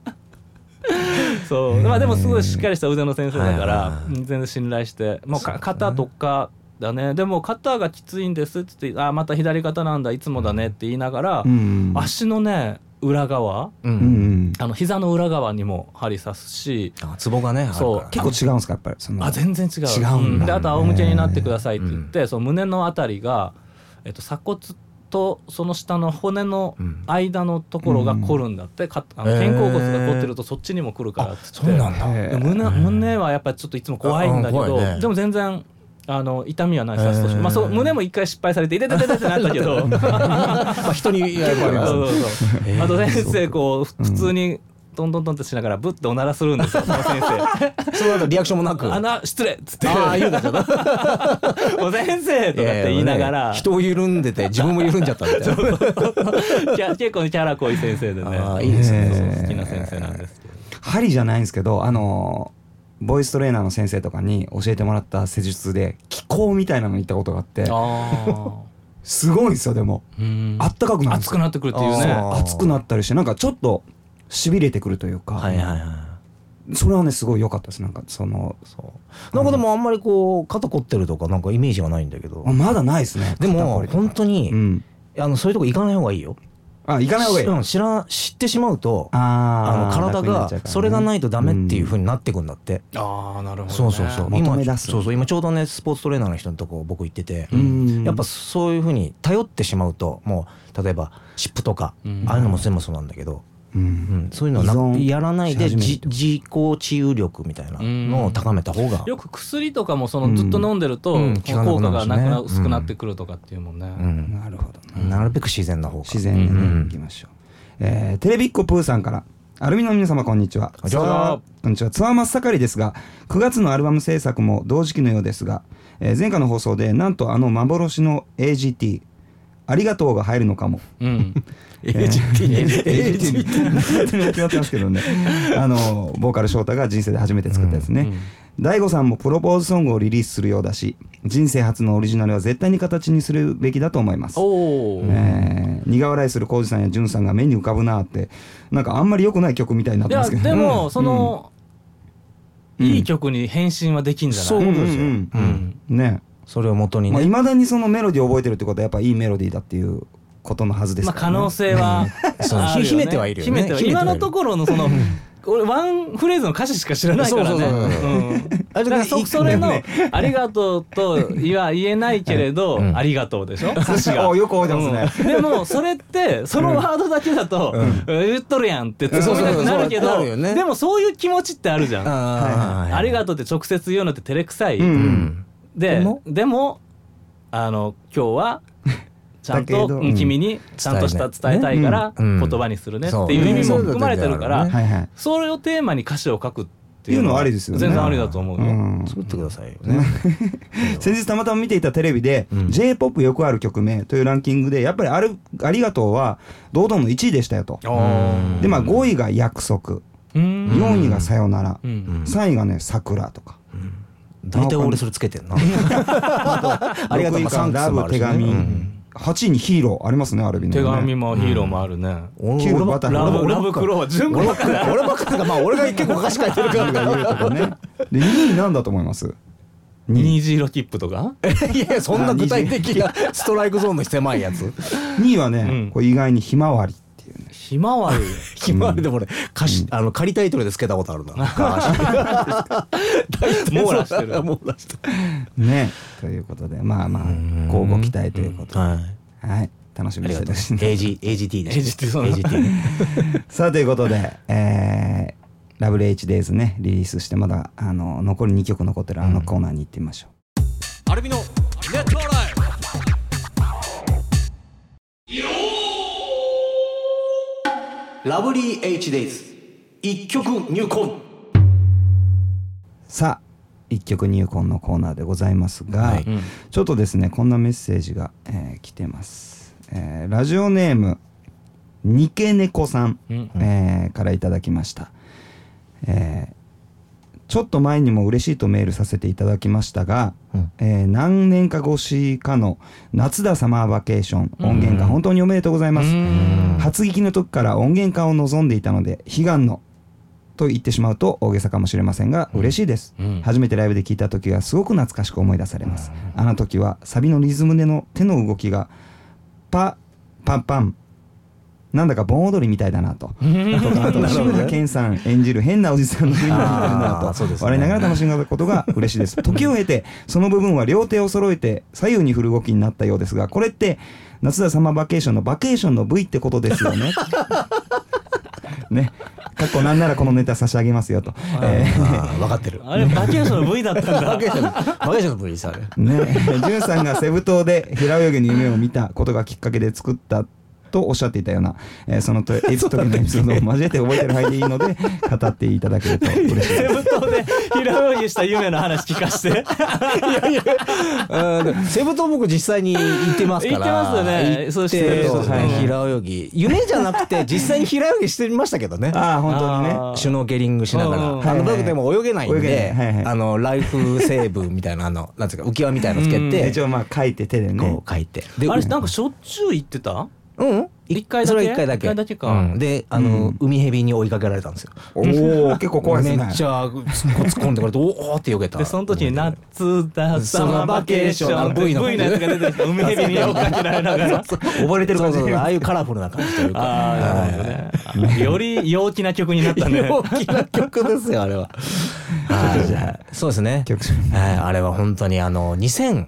S2: そうまあでもすごいしっかりした腕の先生だか
S3: はい
S2: ら
S3: はいはい
S2: 全然信頼してもうか肩とかだねでも肩がきついんですって言って「あーまた左肩なんだいつもだね」って言いながら
S1: うん
S2: 足のね裏側
S3: う
S1: うん
S3: ん
S2: あの膝の裏側にも針刺すし
S3: あツボがねあるから
S2: そう
S1: 結構違うんですかやっぱりその
S2: あ全然違う
S1: 違うんだ
S2: であと仰向けになってくださいって言って、その胸のあたりが、えっと、鎖骨とその下の骨の
S3: うん
S2: 間のところが凝るんだって、かあの
S3: へー
S2: 肩甲骨が凝ってるとそっちにも来るからっつって
S3: そうなんだ
S1: へー
S2: で胸胸はやっぱちょっといつも怖いんだけ
S3: あうん
S2: ど、
S3: 怖いね
S2: でも全然あの痛みはないさすとし
S3: へー
S2: まあ、そう胸も一回失敗されて「痛ててて」ってなったけ
S3: <laughs>
S2: ど
S3: まあ人に結
S2: そうそうそう
S3: へー
S2: あと先生こう普通にトントントンってしながらブッておならするんですよその先生。
S3: <laughs> その後リアクションもなく
S2: あな失礼っつって
S3: あー言うんだけ
S2: <laughs>
S3: ど
S2: お先生とかって言いながら、
S3: ね人を緩んでて自分も緩んじゃったみたいな
S2: キャ結構ねキャラ濃い先生でね
S3: あーいいですね
S2: そうそう好きな先生なんですけど
S1: 針じゃないんですけどあのボイストレーナーの先生とかに教えてもらった施術で気候みたいなのに行ったことがあって
S2: あ
S1: すごいんですよでも
S2: ーうん
S1: あったかくなるんですよ
S2: 熱くなってくるっていう
S1: そう
S2: ね
S3: あー
S1: 熱くなったりしてなんかちょっとしびれてくるというか、
S3: はいはいはい
S1: それはねすごい良かったですなんかその
S3: そうなんかでもあんまりこう肩凝ってるとかなんかイメージがないんだけど
S1: あまだないですね
S3: で
S1: 肩こ
S3: も
S1: りとか
S3: 本当
S1: う
S3: に
S1: ん
S3: あのそういうとこ行かない方がいいよ
S1: あ行かない方がいい
S3: うん知らん知ってしまうとあ
S1: あ
S3: の体がそれがないとダメっていう風
S1: に
S3: になってくんだって
S2: あーなるほどね
S3: そうそうそう
S1: 求
S3: 今
S1: め出す
S3: そうそう今ちょうどねスポーツトレーナーの人のとこ僕行ってて
S1: うん
S3: やっぱそういう風に頼ってしまうともう例えば湿布とか
S2: うん
S3: ああいうのも全部そうなんだけど
S1: うん、
S3: うんそういうのはな
S1: 依存
S3: やらないで
S1: し始める
S3: じ
S1: と
S3: 自己治癒力みたいなのを高めた方が
S2: よく薬とかもそのずっと飲んでると、
S3: うんうん
S2: 効果がなくな
S3: 効果がなくなるしね
S2: 薄くなってくるとかっていうもんね、
S3: うん
S1: なるほどね
S3: なるべく自然な方が
S1: 自然にね、
S3: うん
S1: 行きましょう、えーテレビっ子プーさんからアルミの皆様こんにちは
S3: こんにちは
S1: ツアーこんにちはツアー真っ盛りですが9月のアルバム制作も同時期のようですが、えー前回の放送でなんとあの幻の AGT ありがとうが入るのかも
S2: うん
S1: なんて決
S3: <laughs> AGT
S1: まってますけどねあのボーカル翔太が人生で初めて作ったやつね、大悟さんもプロポーズソングをリリースするようだし人生初のオリジナルは絶対に形にするべきだと思います
S2: おお、
S1: えー苦笑いする浩二さんやんさんが目に浮かぶなってなんかあんまり良くない曲みたいになっ
S2: い
S1: てま
S2: や
S1: すけど
S2: でもその、
S1: うん
S2: いい曲に変身はできんじゃない
S3: そういうことですよ
S1: うんうん
S2: うん
S1: ね
S3: それを元に
S1: まあ、
S3: ね
S1: 未だにそのメロディーを覚えてるってことはやっぱいいメロディーだっていうことのはずです
S2: まあ
S1: から
S2: 可
S1: ね
S2: 能性は
S3: そう
S2: あるよね
S3: 秘めてはいるよ
S2: 秘
S3: ね
S2: めては
S3: 秘めては
S2: 今
S3: いる
S2: のところのその俺ワンフレーズの歌詞しか知らないから
S3: そう
S2: ね
S3: そうそうそう
S2: うんだから
S3: い
S2: そ
S3: い
S2: それの「ありがとう」とは言えないけれど
S3: う
S2: 「
S3: ん
S2: ありがとう」でしょ歌詞
S1: <laughs>
S2: が
S1: およく覚えてます
S2: ねでもそれってそのワードだけだと「言っとるやん」ってツッコみたくなるけ
S3: そうそうそうそうな
S2: ど
S3: るよね
S2: でもそういう気持ちってあるじゃん「ありが
S3: と
S2: とう」って直接言うのって照れくさい
S1: うん
S3: うん
S2: で
S3: でも
S2: でもあの今日はちゃん
S1: だ
S2: と
S1: けど
S2: うん君にちゃんとした伝えたいから
S3: うん
S2: 言葉にするねっ
S3: そう
S2: ていう意味も含まれてるか
S3: そう
S2: ら
S3: いうの全然あるよね
S1: はいはい
S2: それをテーマに歌詞を書くっていう
S1: いう
S2: の
S1: の
S2: は
S1: はありですよね
S2: 全然ありだと思う
S1: う
S2: よ。
S1: ん
S3: 作ってくださいよね
S1: 先日たまたま見ていたテレビで、
S3: うん
S1: j p o p よくある曲名というランキングでやっぱりある「ありがとう」は堂々の1位でしたよと
S2: あ
S1: でまあ5位が「約束」
S2: ーうん
S1: 4位が「さよなら」
S2: うん
S1: 3位がね「桜」とか
S3: 大体俺それつけてんな <laughs> ありがと
S1: 6
S3: うま
S1: 位
S3: あサンクス
S1: ラ
S3: もあ
S1: ブ
S3: るし
S1: 手
S3: ね
S1: 紙
S3: うん
S1: 8位にヒーローありますねアルビのね
S2: 手紙もヒーローもあるね。
S1: キュー
S3: 俺
S1: ブ
S3: 俺ばっ
S1: バタ
S3: か
S1: フライ
S2: ラブ
S1: 俺
S2: ラブクロー順
S3: 俺
S2: 番
S3: ばっかだ俺ばっかだからまあ俺が結構歌詞書いてるから
S1: がいるとかねで2位なんだと思います2位
S2: 虹色切符とか
S3: <laughs> いやいやそんな具体的なストライクゾーンの狭いやつ
S1: 2位はね、
S2: うん
S1: これ意外に「ひまわり」っていうね
S2: ひまわり
S3: ひまわりでも俺歌詞あの仮タイトルでつけた <laughs> ことあるな
S2: 網羅してる。
S3: 網羅してる
S1: ねということでまあまあ
S3: ん
S1: 交互期待ということで、
S3: はい
S1: はい楽しみ
S3: あ
S1: に
S3: り
S1: して
S3: がと
S1: <laughs> で
S3: う。
S1: すね
S3: AG AGT でした
S2: AGT そうなんだ
S3: AGT
S1: さあということでえーラブレイ HDays ねリリースしてまだあの残り2曲残ってるあのコーナーに行ってみましょう、
S3: アルミのネットライブラブリー HDays 一曲入魂
S1: さあ一曲入魂のコーナーでございますが、
S3: はい
S2: うん
S1: ちょっとですねこんなメッセージが、えー来てます、えーラジオネームにけねこさん、
S2: うん
S1: えーからいただきました、えーちょっと前にも嬉しいとメールさせていただきましたが、
S3: うん
S1: えー何年か越しかの夏だサマーバケーション音源化
S3: うん
S1: 本当におめでとうございます、
S2: うん
S1: 初聞きの時から音源化を望んでいたので悲願のと言ってしまうと大げさかもしれませんが嬉しいです、
S2: うん
S1: 初めてライブで聞いた時がすごく懐かしく思い出されます、あの時はサビのリズムでの手の動きがパパンパンなんだか盆踊りみたいだなと
S2: うん
S1: とかあと志村けんさん演じる変なおじさんの気になる
S3: あ
S1: な
S3: ーそう
S1: と、
S3: ですね
S1: 我ながら楽しんだことが嬉しい
S3: <laughs>
S1: です時を経てその部分は両手を揃えて左右に振る動きになったようですがこれって夏田サマーバケーションのバケーションの V ってことですよ
S3: <laughs>
S1: ねねかっこなんならこのネタ差し上げますよと、えー
S3: あー分かってる
S2: あれバケーションの V だったんだ
S3: バケーションバケーションのブリーサー
S1: ね、 <laughs> ジュンさんがセブ島で平泳ぎの夢を見たことがきっかけで作ったとおっしゃっていたような、え <laughs> ーそのとエピソードのエピソードを交えて覚えてる範囲でいいので語っていただけると嬉しいです
S2: セブ島で平泳ぎした夢の話聞かせて
S3: うんセブ島僕実際に行ってますから
S2: 行ってますよね
S3: 行って
S2: そうして
S1: そうですね
S3: はい平泳ぎ夢じゃなくて実際に平泳ぎしてましたけどね
S1: <laughs> ああ本当にね
S2: あー
S3: シュノーケリングしながら、
S2: うんうん
S3: あ
S1: はい
S3: の
S1: はい
S3: 僕でも泳げないん
S1: 泳げ
S3: で、
S1: ないはいはい
S3: あのライフセーブみたいなあのなんですか浮き輪みたいなのつけて、
S1: 一応まあ書いて手でね
S3: こう書いて、で
S2: あれなんかしょっちゅう行ってた
S3: うんうん
S2: 一回だけ
S3: それは一回だけ
S2: 一回だけか
S3: うんであの、海蛇に追いかけられたんですよ
S1: おお結構怖いですね
S3: めっちゃ突っ込んでこれておおってよけた
S2: でその時に「
S3: な
S2: 夏だサマーバケーション」
S3: そう V の
S2: V のやつが出てきた海蛇に追っかけられなが
S3: <laughs>
S2: ら
S1: 溺れてる感じ
S3: そうそうそうああいうカラフルな感じというか
S2: ああなるほどねより陽気な曲になったね
S3: 大きな曲ですよあれははいそうですね
S1: 曲紹介
S3: はい、あれは本当にあの2008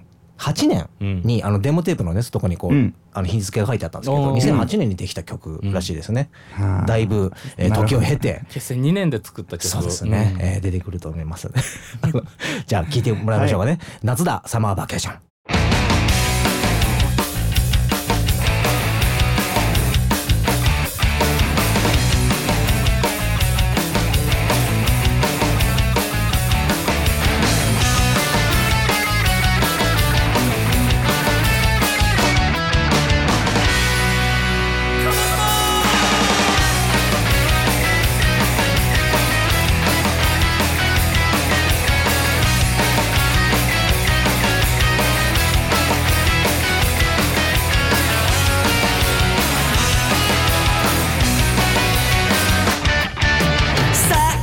S3: 年に、あのデモテープのねそこにこう、
S1: うん
S3: あの日付が書いてあったんですけど
S2: おー
S3: 2008年にできた曲らしいですね、
S1: うん
S3: だいぶ、えー
S1: なるほど
S3: 時を経て
S2: 結成2年で作った曲
S3: そうですね、えー出てくると思います、 <laughs> あのじゃあ聞いてもらいましょうかね、夏だサマーバケーション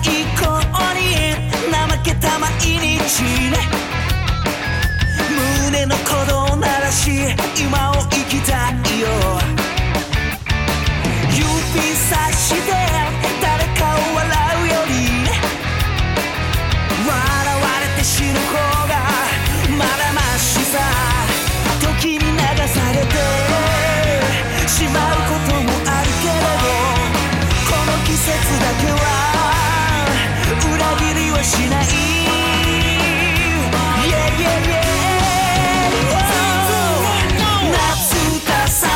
S4: 最高に怠けた毎日ね胸の鼓動鳴らし今を生きたいよ指さして誰かを笑うよりね笑われて死ぬ方がまだマシさ時に流されてしまうこともあるけれどこの季節だけは裏切りはしない Yeah yeah yeah 夏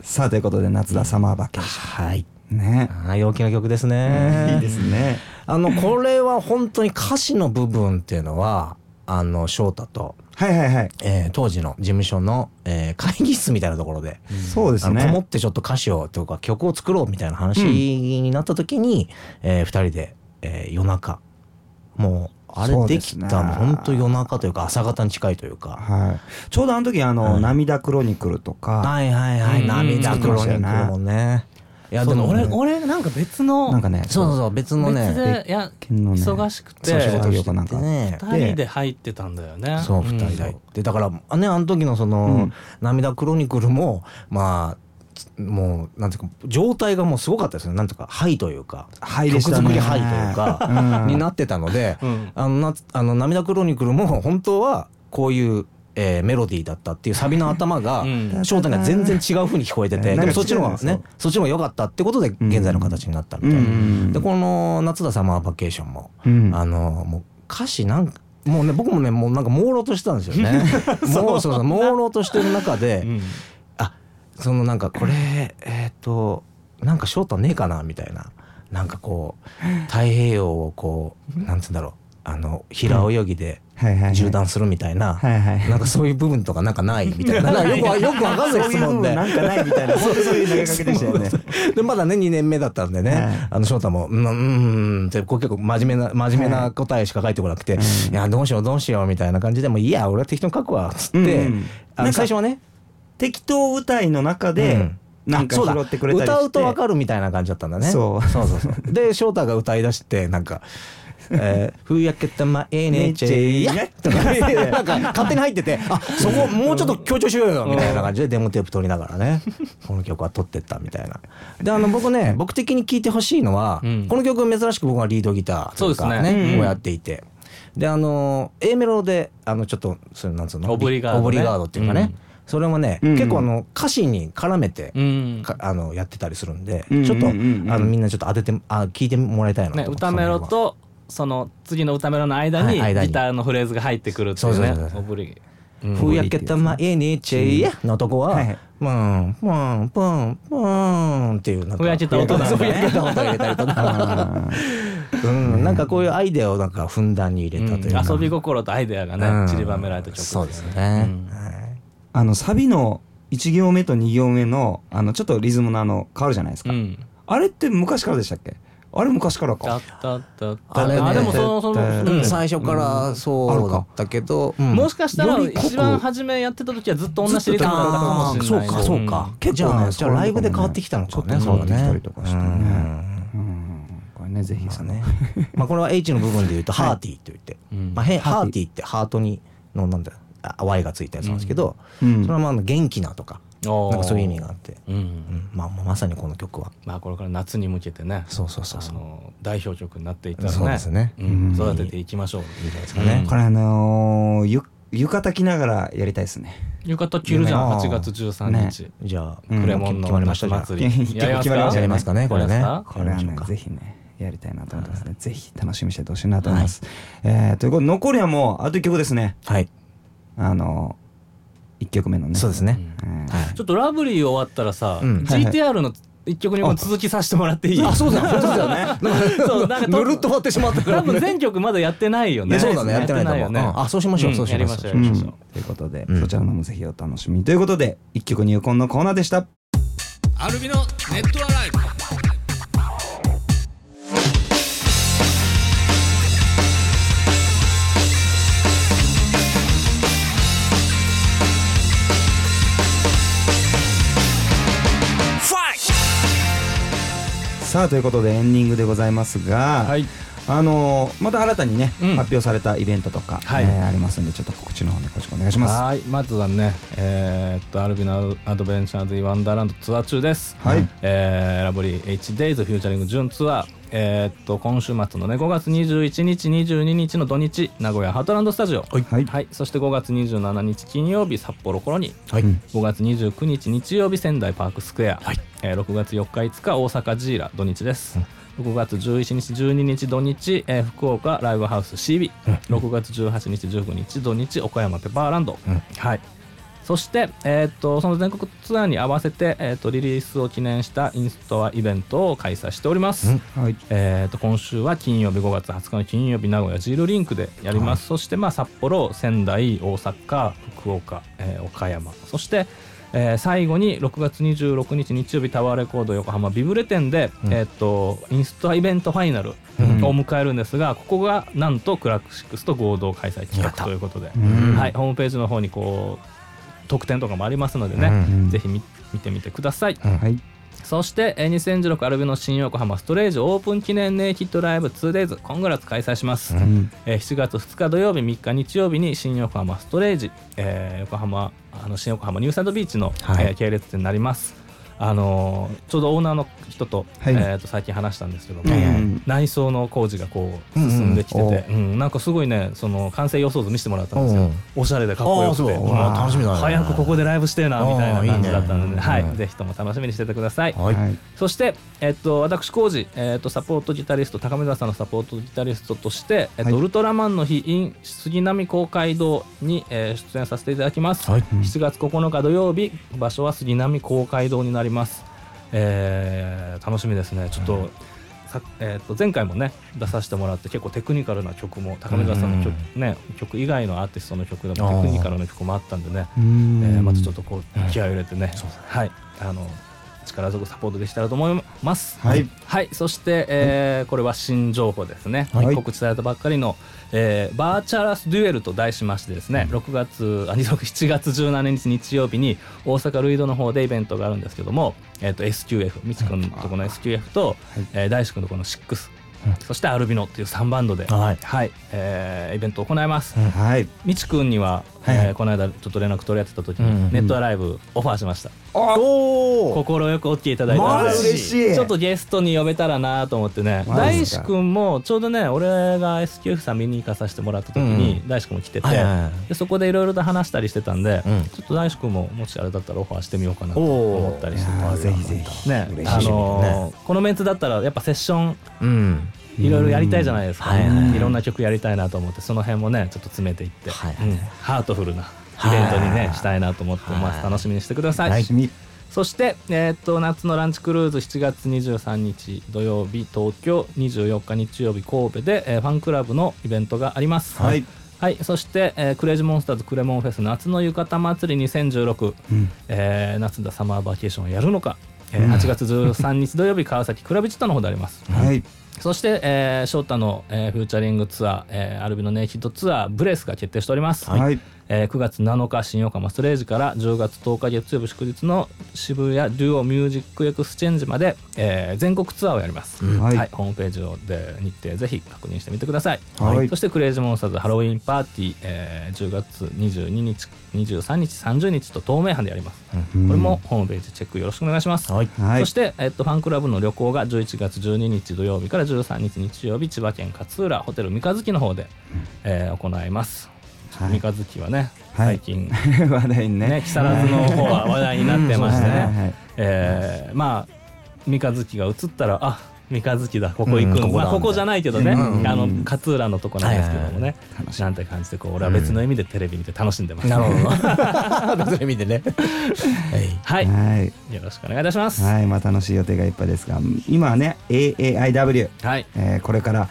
S1: さあということで夏だサマーバケーシ
S3: はい
S1: ョンね
S3: あー陽気な曲ですね
S1: いいですね
S3: あのこれは本当に歌詞の部分っていうのはあの翔太と、
S1: はいはいはい
S3: えー当時の事務所の、えー会議室みたいなところで
S1: そうです
S3: あのこも
S1: ね
S3: ってちょっと歌詞をとか曲を作ろうみたいな話になった時に、え2人で、えー夜中もうあれ
S1: そう
S3: で
S1: です
S3: き
S1: ね
S3: たもう本当夜中というか朝方に近いというか。
S1: はいちょうどあの時あの
S3: はい
S1: 涙クロニクルとか
S3: はいはいはい、
S2: うん
S3: 涙黒に来るもんね。いやでも
S2: 俺
S3: 俺
S2: 俺なんか別の
S1: なんかね
S3: そうそうそう別のね
S2: 別でいや
S1: 別のね
S2: 忙しくて
S1: そう仕
S3: 仕
S1: 事
S3: 事
S1: 業
S3: し
S1: かなんか
S3: てね
S2: 二人で入ってたんだよね
S3: そう
S2: 二
S3: 二人ででだからあねあの時のその、
S1: うん
S3: 涙クロニクルもまあつもうなんていうか状態がもうすごかったですねなんとかハイというか、
S1: はいで
S3: 曲
S1: した
S3: 作り
S1: ね
S3: ハイというか、
S1: うん
S3: になってたので、
S2: ん
S3: あのなあの涙クロニクルも <laughs> 本当はこういう。えーメロディーだったっていうサビの頭が
S2: うん
S3: 翔太、が全然違う風に聞こえてて、
S1: うん
S3: でもそっちの方が
S1: なん
S3: ね
S1: か
S3: そっちの方が良かったってことで現在の形になったみたいな、
S1: うん
S3: でこの「夏だサマーバケーション」も
S1: うん
S3: あのもう歌詞なんかもうね僕もねもうなんか朦朧としてたんです
S1: <laughs>
S3: よね。もうそうそう朦朧としてる中で、
S2: うん
S3: あそのなんかこれえっ、となんかショートねえかなみたいななんかこう太平洋をこうなんつうんだろうあの平泳ぎで
S1: はいはい
S3: 縦断するみたいな、
S1: はいはいはい
S3: なんかそういう部分とかなんかないみ
S1: <laughs>
S3: たいななんかよくわよくわかんない質
S1: そう
S3: 問
S1: いう部分
S3: で
S1: なんかないみたいなそうそういう投げかけでしたよね
S3: <laughs> でまだね2年目だったんでね、
S1: はい
S3: あの翔太も「うんうんうん」ってこう結構真面目な真面目な答えしか返ってこなくて「い、やどうしようどうしよう」みたいな感じでもう「いや俺は適当に書くわ」っつって、
S1: うんうん
S3: あ
S1: な
S3: の
S1: んか
S3: 最初はね
S1: 適当歌いの中
S3: う
S1: で
S3: ん
S1: なんか
S3: あそうだ
S1: 拾ってくれたりして
S3: 歌うとわかるみたいな感じだったんだね
S1: そう
S3: そうそうそうで翔太が歌い出してなんか「えー、ふやけたまえねちえや」とかなんか <laughs> 勝手に入ってて「あそこもうちょっと強調しようよ」みたいな感じでデモテープ取りながらねこの曲は取ってったみたいなであの僕ね僕的に聴いてほしいのは、
S2: うん
S3: この曲珍しく僕はリードギターというか
S2: そうですねうん
S3: をやっていて。であの A メロであのちょっとそれなんつうの
S2: オブリガードね
S3: オブリガードっていうかね、
S2: うん
S3: それもね、
S1: うんうん
S3: 結構あの歌詞に絡めて
S2: うん
S3: かあのやってたりするんで、
S1: うんうんうんうん
S3: ちょっとあのみんなちょっと当ててあ聞いてもらいたいな
S2: ね
S3: と思って
S2: 歌メロとその次の歌メロの間に
S3: はい間に
S2: ギターのフレーズが入ってくるっていう
S3: そう
S2: ね
S3: そうそうそう
S2: オブリ
S3: 「ふやけた毎日や」のとこは
S1: はいはい
S3: 「プンプンプンプン」っていうなんか
S2: ふやけた音なんだね
S3: ふやけた音入れたりとか、
S1: あー
S3: うん、なんかこういうアイデアをなんかふんだんに入れたというか、
S2: 遊び心とアイデアが
S3: う
S2: ね
S3: ん
S2: 散りばめられた曲
S3: そうですね、
S2: うん
S3: はい
S1: あのサビの1行目と2行目のあのちょっとリズムのあの変わるじゃないです
S2: う
S1: か
S2: ん
S1: あれって昔からでしたっけあれ昔から
S2: だ
S1: か
S2: ったったった
S3: あれね
S2: あでもそのその
S1: うん
S3: うん最初からそうだったけど、うん
S2: もしかしたら
S1: より濃く
S2: 一番初めやってた時はずっと同じリズムだったかもしれない
S3: あーそうかそうか、
S1: 結構ね
S3: じゃあじゃあ
S1: そういうのもね
S3: ライブで変わってきたのかもね
S1: ちょっと変わって
S3: そ
S1: きたりと
S3: う
S1: かしてね
S3: うん
S1: うんこれねぜひ
S3: まあ
S1: その
S3: ね <laughs> まあこれは H の部分で言うとハーティーと言って、
S2: うん
S3: まあ、へハ
S1: ハー
S3: ー
S1: テ
S3: ティーってハートにのなんだあ Y がついたやつなんですけど、
S1: うん
S3: それはまああの元気なとか
S2: おー
S3: なんかそういう意味があって、
S2: うん
S3: うんまあ、まあまさにこの曲は
S2: まあこれから夏に向けてね
S3: そうそうそう
S2: あ
S3: そう
S2: の代表曲になっていったらね
S3: そうですね
S2: うん
S1: うん
S2: 育てていきましょういいじゃないです
S3: かね
S1: これあのーゆ浴衣着ながらやりたいですね
S2: 浴衣着るじゃん
S3: ね
S2: 8月13日
S3: じゃあ、
S1: うん
S2: クレ
S3: れ
S2: モ
S3: も
S2: ンの
S3: 決まりました
S2: 夏
S3: じゃ
S2: 祭
S3: あ
S2: り
S1: じ
S3: <laughs>
S1: ゃあ決まりましたね
S2: やりますかねこれ
S3: や
S2: ね
S3: りますか
S1: これは
S3: やり
S1: ね
S3: ましょうか
S1: ぜひねやりたいなと思ってますねぜひ楽しみにしててほしいなと思いますえーということで残りはもうあと1曲ですね
S3: はい
S1: あの1曲目のね
S3: そうですね、
S1: うん
S2: ちょっとラブリー終わったらさ
S3: うん
S2: GTR の一曲にも続きさせてもらっていい
S3: あそうだ
S2: <laughs>
S3: そうだね
S2: そうなんか
S3: ぬるっと終わってしまったから
S2: 多分全曲まだやってないよ
S3: い
S2: ね
S3: や <laughs> そうだねやってないと思
S2: よ
S3: う、
S2: ね
S3: うんあそうしましょう、
S2: うん
S3: そうしましょう
S2: やりましょ
S1: う
S2: うん
S1: ということで
S3: うん
S1: そちらのもぜひお楽しみにということで1曲入魂のコーナーでした
S2: アルビのネットアライブ
S1: さあということでエンディングでございますが、
S2: はい
S1: あのーまた新たにね、
S2: うん
S1: 発表されたイベントとか、
S2: はい
S1: えーありますんでちょっと告知の方ねよろしくお願いします。
S2: はいまずはねえーっとアルビのアドベンチャーズ・イン・ワンダーランドツアー中です
S1: はい
S2: えーラブリー HDAYS フューチャリング準ツアーえーっと今週末のね5月21日22日の土日名古屋ハートランドスタジオはい
S1: はい
S2: そして5月27日金曜日札幌コロニー
S3: はい、
S1: うん
S2: 5月29日日曜日仙台パークスクエア、えー6月4日5日大阪ジーラ土日です、6月11日12日土日、えー福岡ライブハウス CB6 月18日19日土日岡山ペパーランド、はいそして、えー、とその全国ツアーに合わせて、えー、とリリースを記念したインストアイベントを開催しております、
S3: うん
S1: はい
S2: えー、と今週は金曜日5月20日の金曜日名古屋ジールリンクでやります、そしてまあ札幌仙台大阪福岡、えー岡山そして、えー最後に6月26日日曜日タワーレコード横浜ビブレ店で、
S3: うん
S2: えー、とインストアイベントファイナルを迎えるんですが、ここがなんとクラシックスと合同開催企
S3: や
S2: 画
S3: った
S2: ということで、
S1: うん
S2: はい、ホームページの方にこう特典とかもありますのでね、
S1: うん
S2: ぜひ見見てみてください。
S1: はい
S2: そしてえー2016アルビの新横浜ストレージオープン記念ネイキッドライブ 2days 今後月開催します、
S1: うん
S2: えー7月2日土曜日3日日曜日に新横浜ストレージ、えー横浜あの新横浜ニューサイドビーチの、
S3: はい
S2: えー系列店になりますあのーちょうどオーナーの人と,、
S1: はい
S2: えーと最近話したんですけども、
S1: うん
S3: はいはい
S2: 内装の工事がこう進んできてて、うんなんかすごいねその完成予想図見せてもらったんですよ、
S3: うん
S2: おしゃれでかっこよくて
S3: あーそう
S2: うん
S3: うわー楽しみだね
S2: 早くここでライブしてえなみたいな感じだったので
S3: あーいいね
S2: は
S3: う
S2: い、
S3: ん
S2: ぜひとも楽しみにしててください、
S3: はい
S1: はい
S2: そして、えっと、私浩二、えっと、サポートギタリスト高見沢さんのサポートギタリストとして、えっ
S1: は
S2: と
S1: い
S2: ウルトラマンの日 in 杉並公会堂に、えー出演させていただきます、
S3: はい
S2: 7月9日土曜日場所は杉並公会堂になります、えー楽しみですねちょっと、さえっと前回もね出させてもらって結構テクニカルな曲も高見沢さんの曲,、ね、曲以外のアーティストの曲でもテクニカルな曲もあったんでね
S1: うん
S2: えー、またちょっとこう気合を入れてね、はい、あの力強くサポートできたらと思います。
S1: はい、
S2: はい、そして、えーこれは新情報ですね、
S1: はい
S2: 告知されたばっかりの、えーバーチャラスデュエルと題しましてですね、6月あ26 7月17日日曜日に大阪ルイドの方でイベントがあるんですけども、えー、と SQF みちくんのとこの SQF と、えー大志くんのとこの6、そしてアルビノっていう3バンドで、
S3: はい
S2: はいえーイベントを行います。
S1: はい
S2: みちくんには、
S1: はいはい
S2: えーこの間ちょっと連絡取り合ってた時
S3: うんう
S2: に
S3: ん
S2: ネットアライブオファーしました
S3: お
S2: 快
S3: お
S2: く OK いただいたの
S1: マ
S2: で
S1: ジ嬉しい
S2: ちょっとゲストに呼べたらなと思ってね
S1: マジ
S2: 大
S1: っす
S2: 志
S1: か
S2: くんもちょうどね俺が SQF さん見に行かさせてもらった時に大志くんも来てて
S3: はいはいは
S2: でそこでいろいろと話したりしてたんで
S3: うん
S2: ちょっと大志くんももしあれだったらオファーしてみようかなと
S3: おー
S2: 思ったり
S1: い
S2: して
S1: やーぜひぜひ
S2: ね
S3: 嬉しい
S2: あのーこのメンツだったらやっぱセッション
S3: うん
S2: いろいろやりたいじゃないですか、
S3: うんはいはいはい
S2: いろんな曲やりたいなと思ってその辺もねちょっと詰めていって、
S3: はいはいはい
S2: うんハートフルなイベントに
S3: は
S2: ね
S3: い
S2: したいなと思ってます、
S3: はい
S2: 楽しみにしてください、
S1: 楽しみ
S2: そして、えーっと夏のランチクルーズ7月23日土曜日東京24日日曜日神戸で、えーファンクラブのイベントがあります、
S1: はい
S2: はい、そして、えークレイジーモンスターズクレモンフェス夏の浴衣祭り2016、
S1: うん
S2: えー夏だサマーバケーションをやるのか、えー8月13日土曜日川崎クラブチットの方であります、
S1: はい
S2: そして、えー、翔太の、えーフューチャリングツアー、えーアルビノネイキッドツアーブレスが決定しております、
S1: はい
S2: えー9月7日新横浜ストレージから10月10日月曜日祝日の渋谷デュオミュージックエクスチェンジまで、えー全国ツアーをやります、
S1: んはい
S2: ホームページをで日程ぜひ確認してみてください、
S1: はい
S2: そしてクレイジーモンスターズハロウィンパーティー、えー10月22日23日30日と東名阪でやります、
S1: うん
S2: これもホームページチェックよろしくお願いします、
S3: はい
S1: はい
S2: そして、えっと、ファンクラブの旅行が11月12日土曜日から13日日曜日千葉県勝浦ホテル三日月の方で、えー行います、
S1: はい
S2: 三日月はね、
S1: はい
S2: 最近
S1: <laughs> 話題ね
S2: ね木更津の方は話題になってまして
S1: はいはいは
S2: ね
S1: い
S2: えーまあ三日月が映ったらあ三日月だここ行く
S3: うん
S2: の、
S3: ここだ
S2: まあ、ここじゃないけどね、
S1: うん
S2: あの勝浦のとこなんですけどもね、なんて感じでこう俺は別の意味でテレビ見て楽しんでます、
S3: なるほど <laughs> 別の意味でねは
S2: <laughs> は
S3: い
S2: い、
S1: はい
S2: よろしくお願いいたします、はい
S1: はいまあ楽しい予定がいっぱいですが今はね AAIW えーこれから、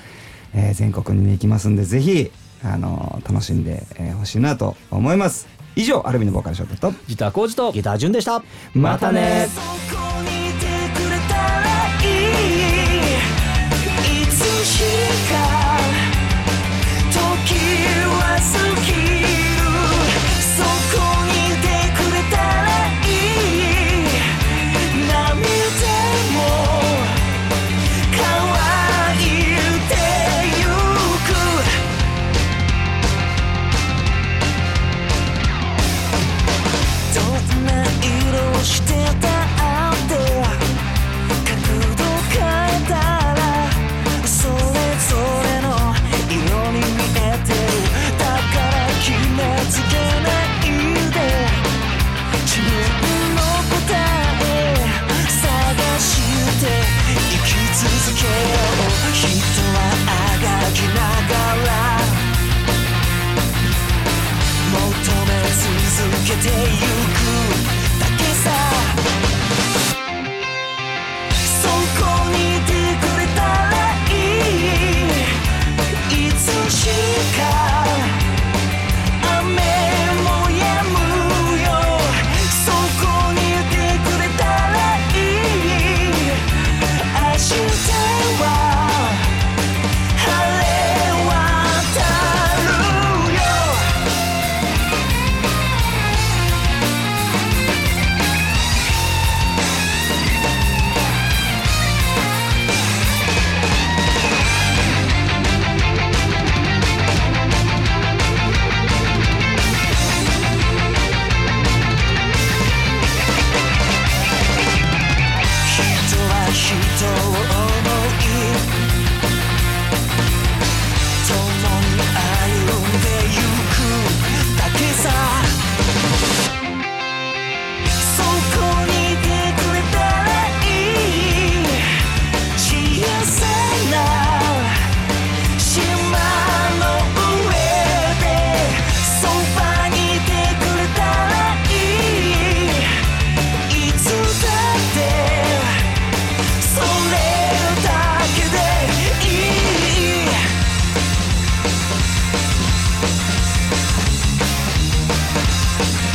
S1: えー全国にね行きますんでぜひ、あのー楽しんでえーほしいなと思います以上アルビのボーカルショットと
S2: ギター工事と
S3: ギター順でした
S1: またね
S4: そこにいてくれたらいいいつしか時は過ぎるそこにいてくれたらいい涙も乾いてゆくどんな色をしてたあ人を思い共に歩んでゆくだけさそこにいてくれたらいい幸せな島の上でそばにいてくれたらいいいつだってそれだけでいい「君の背中を追いかけて」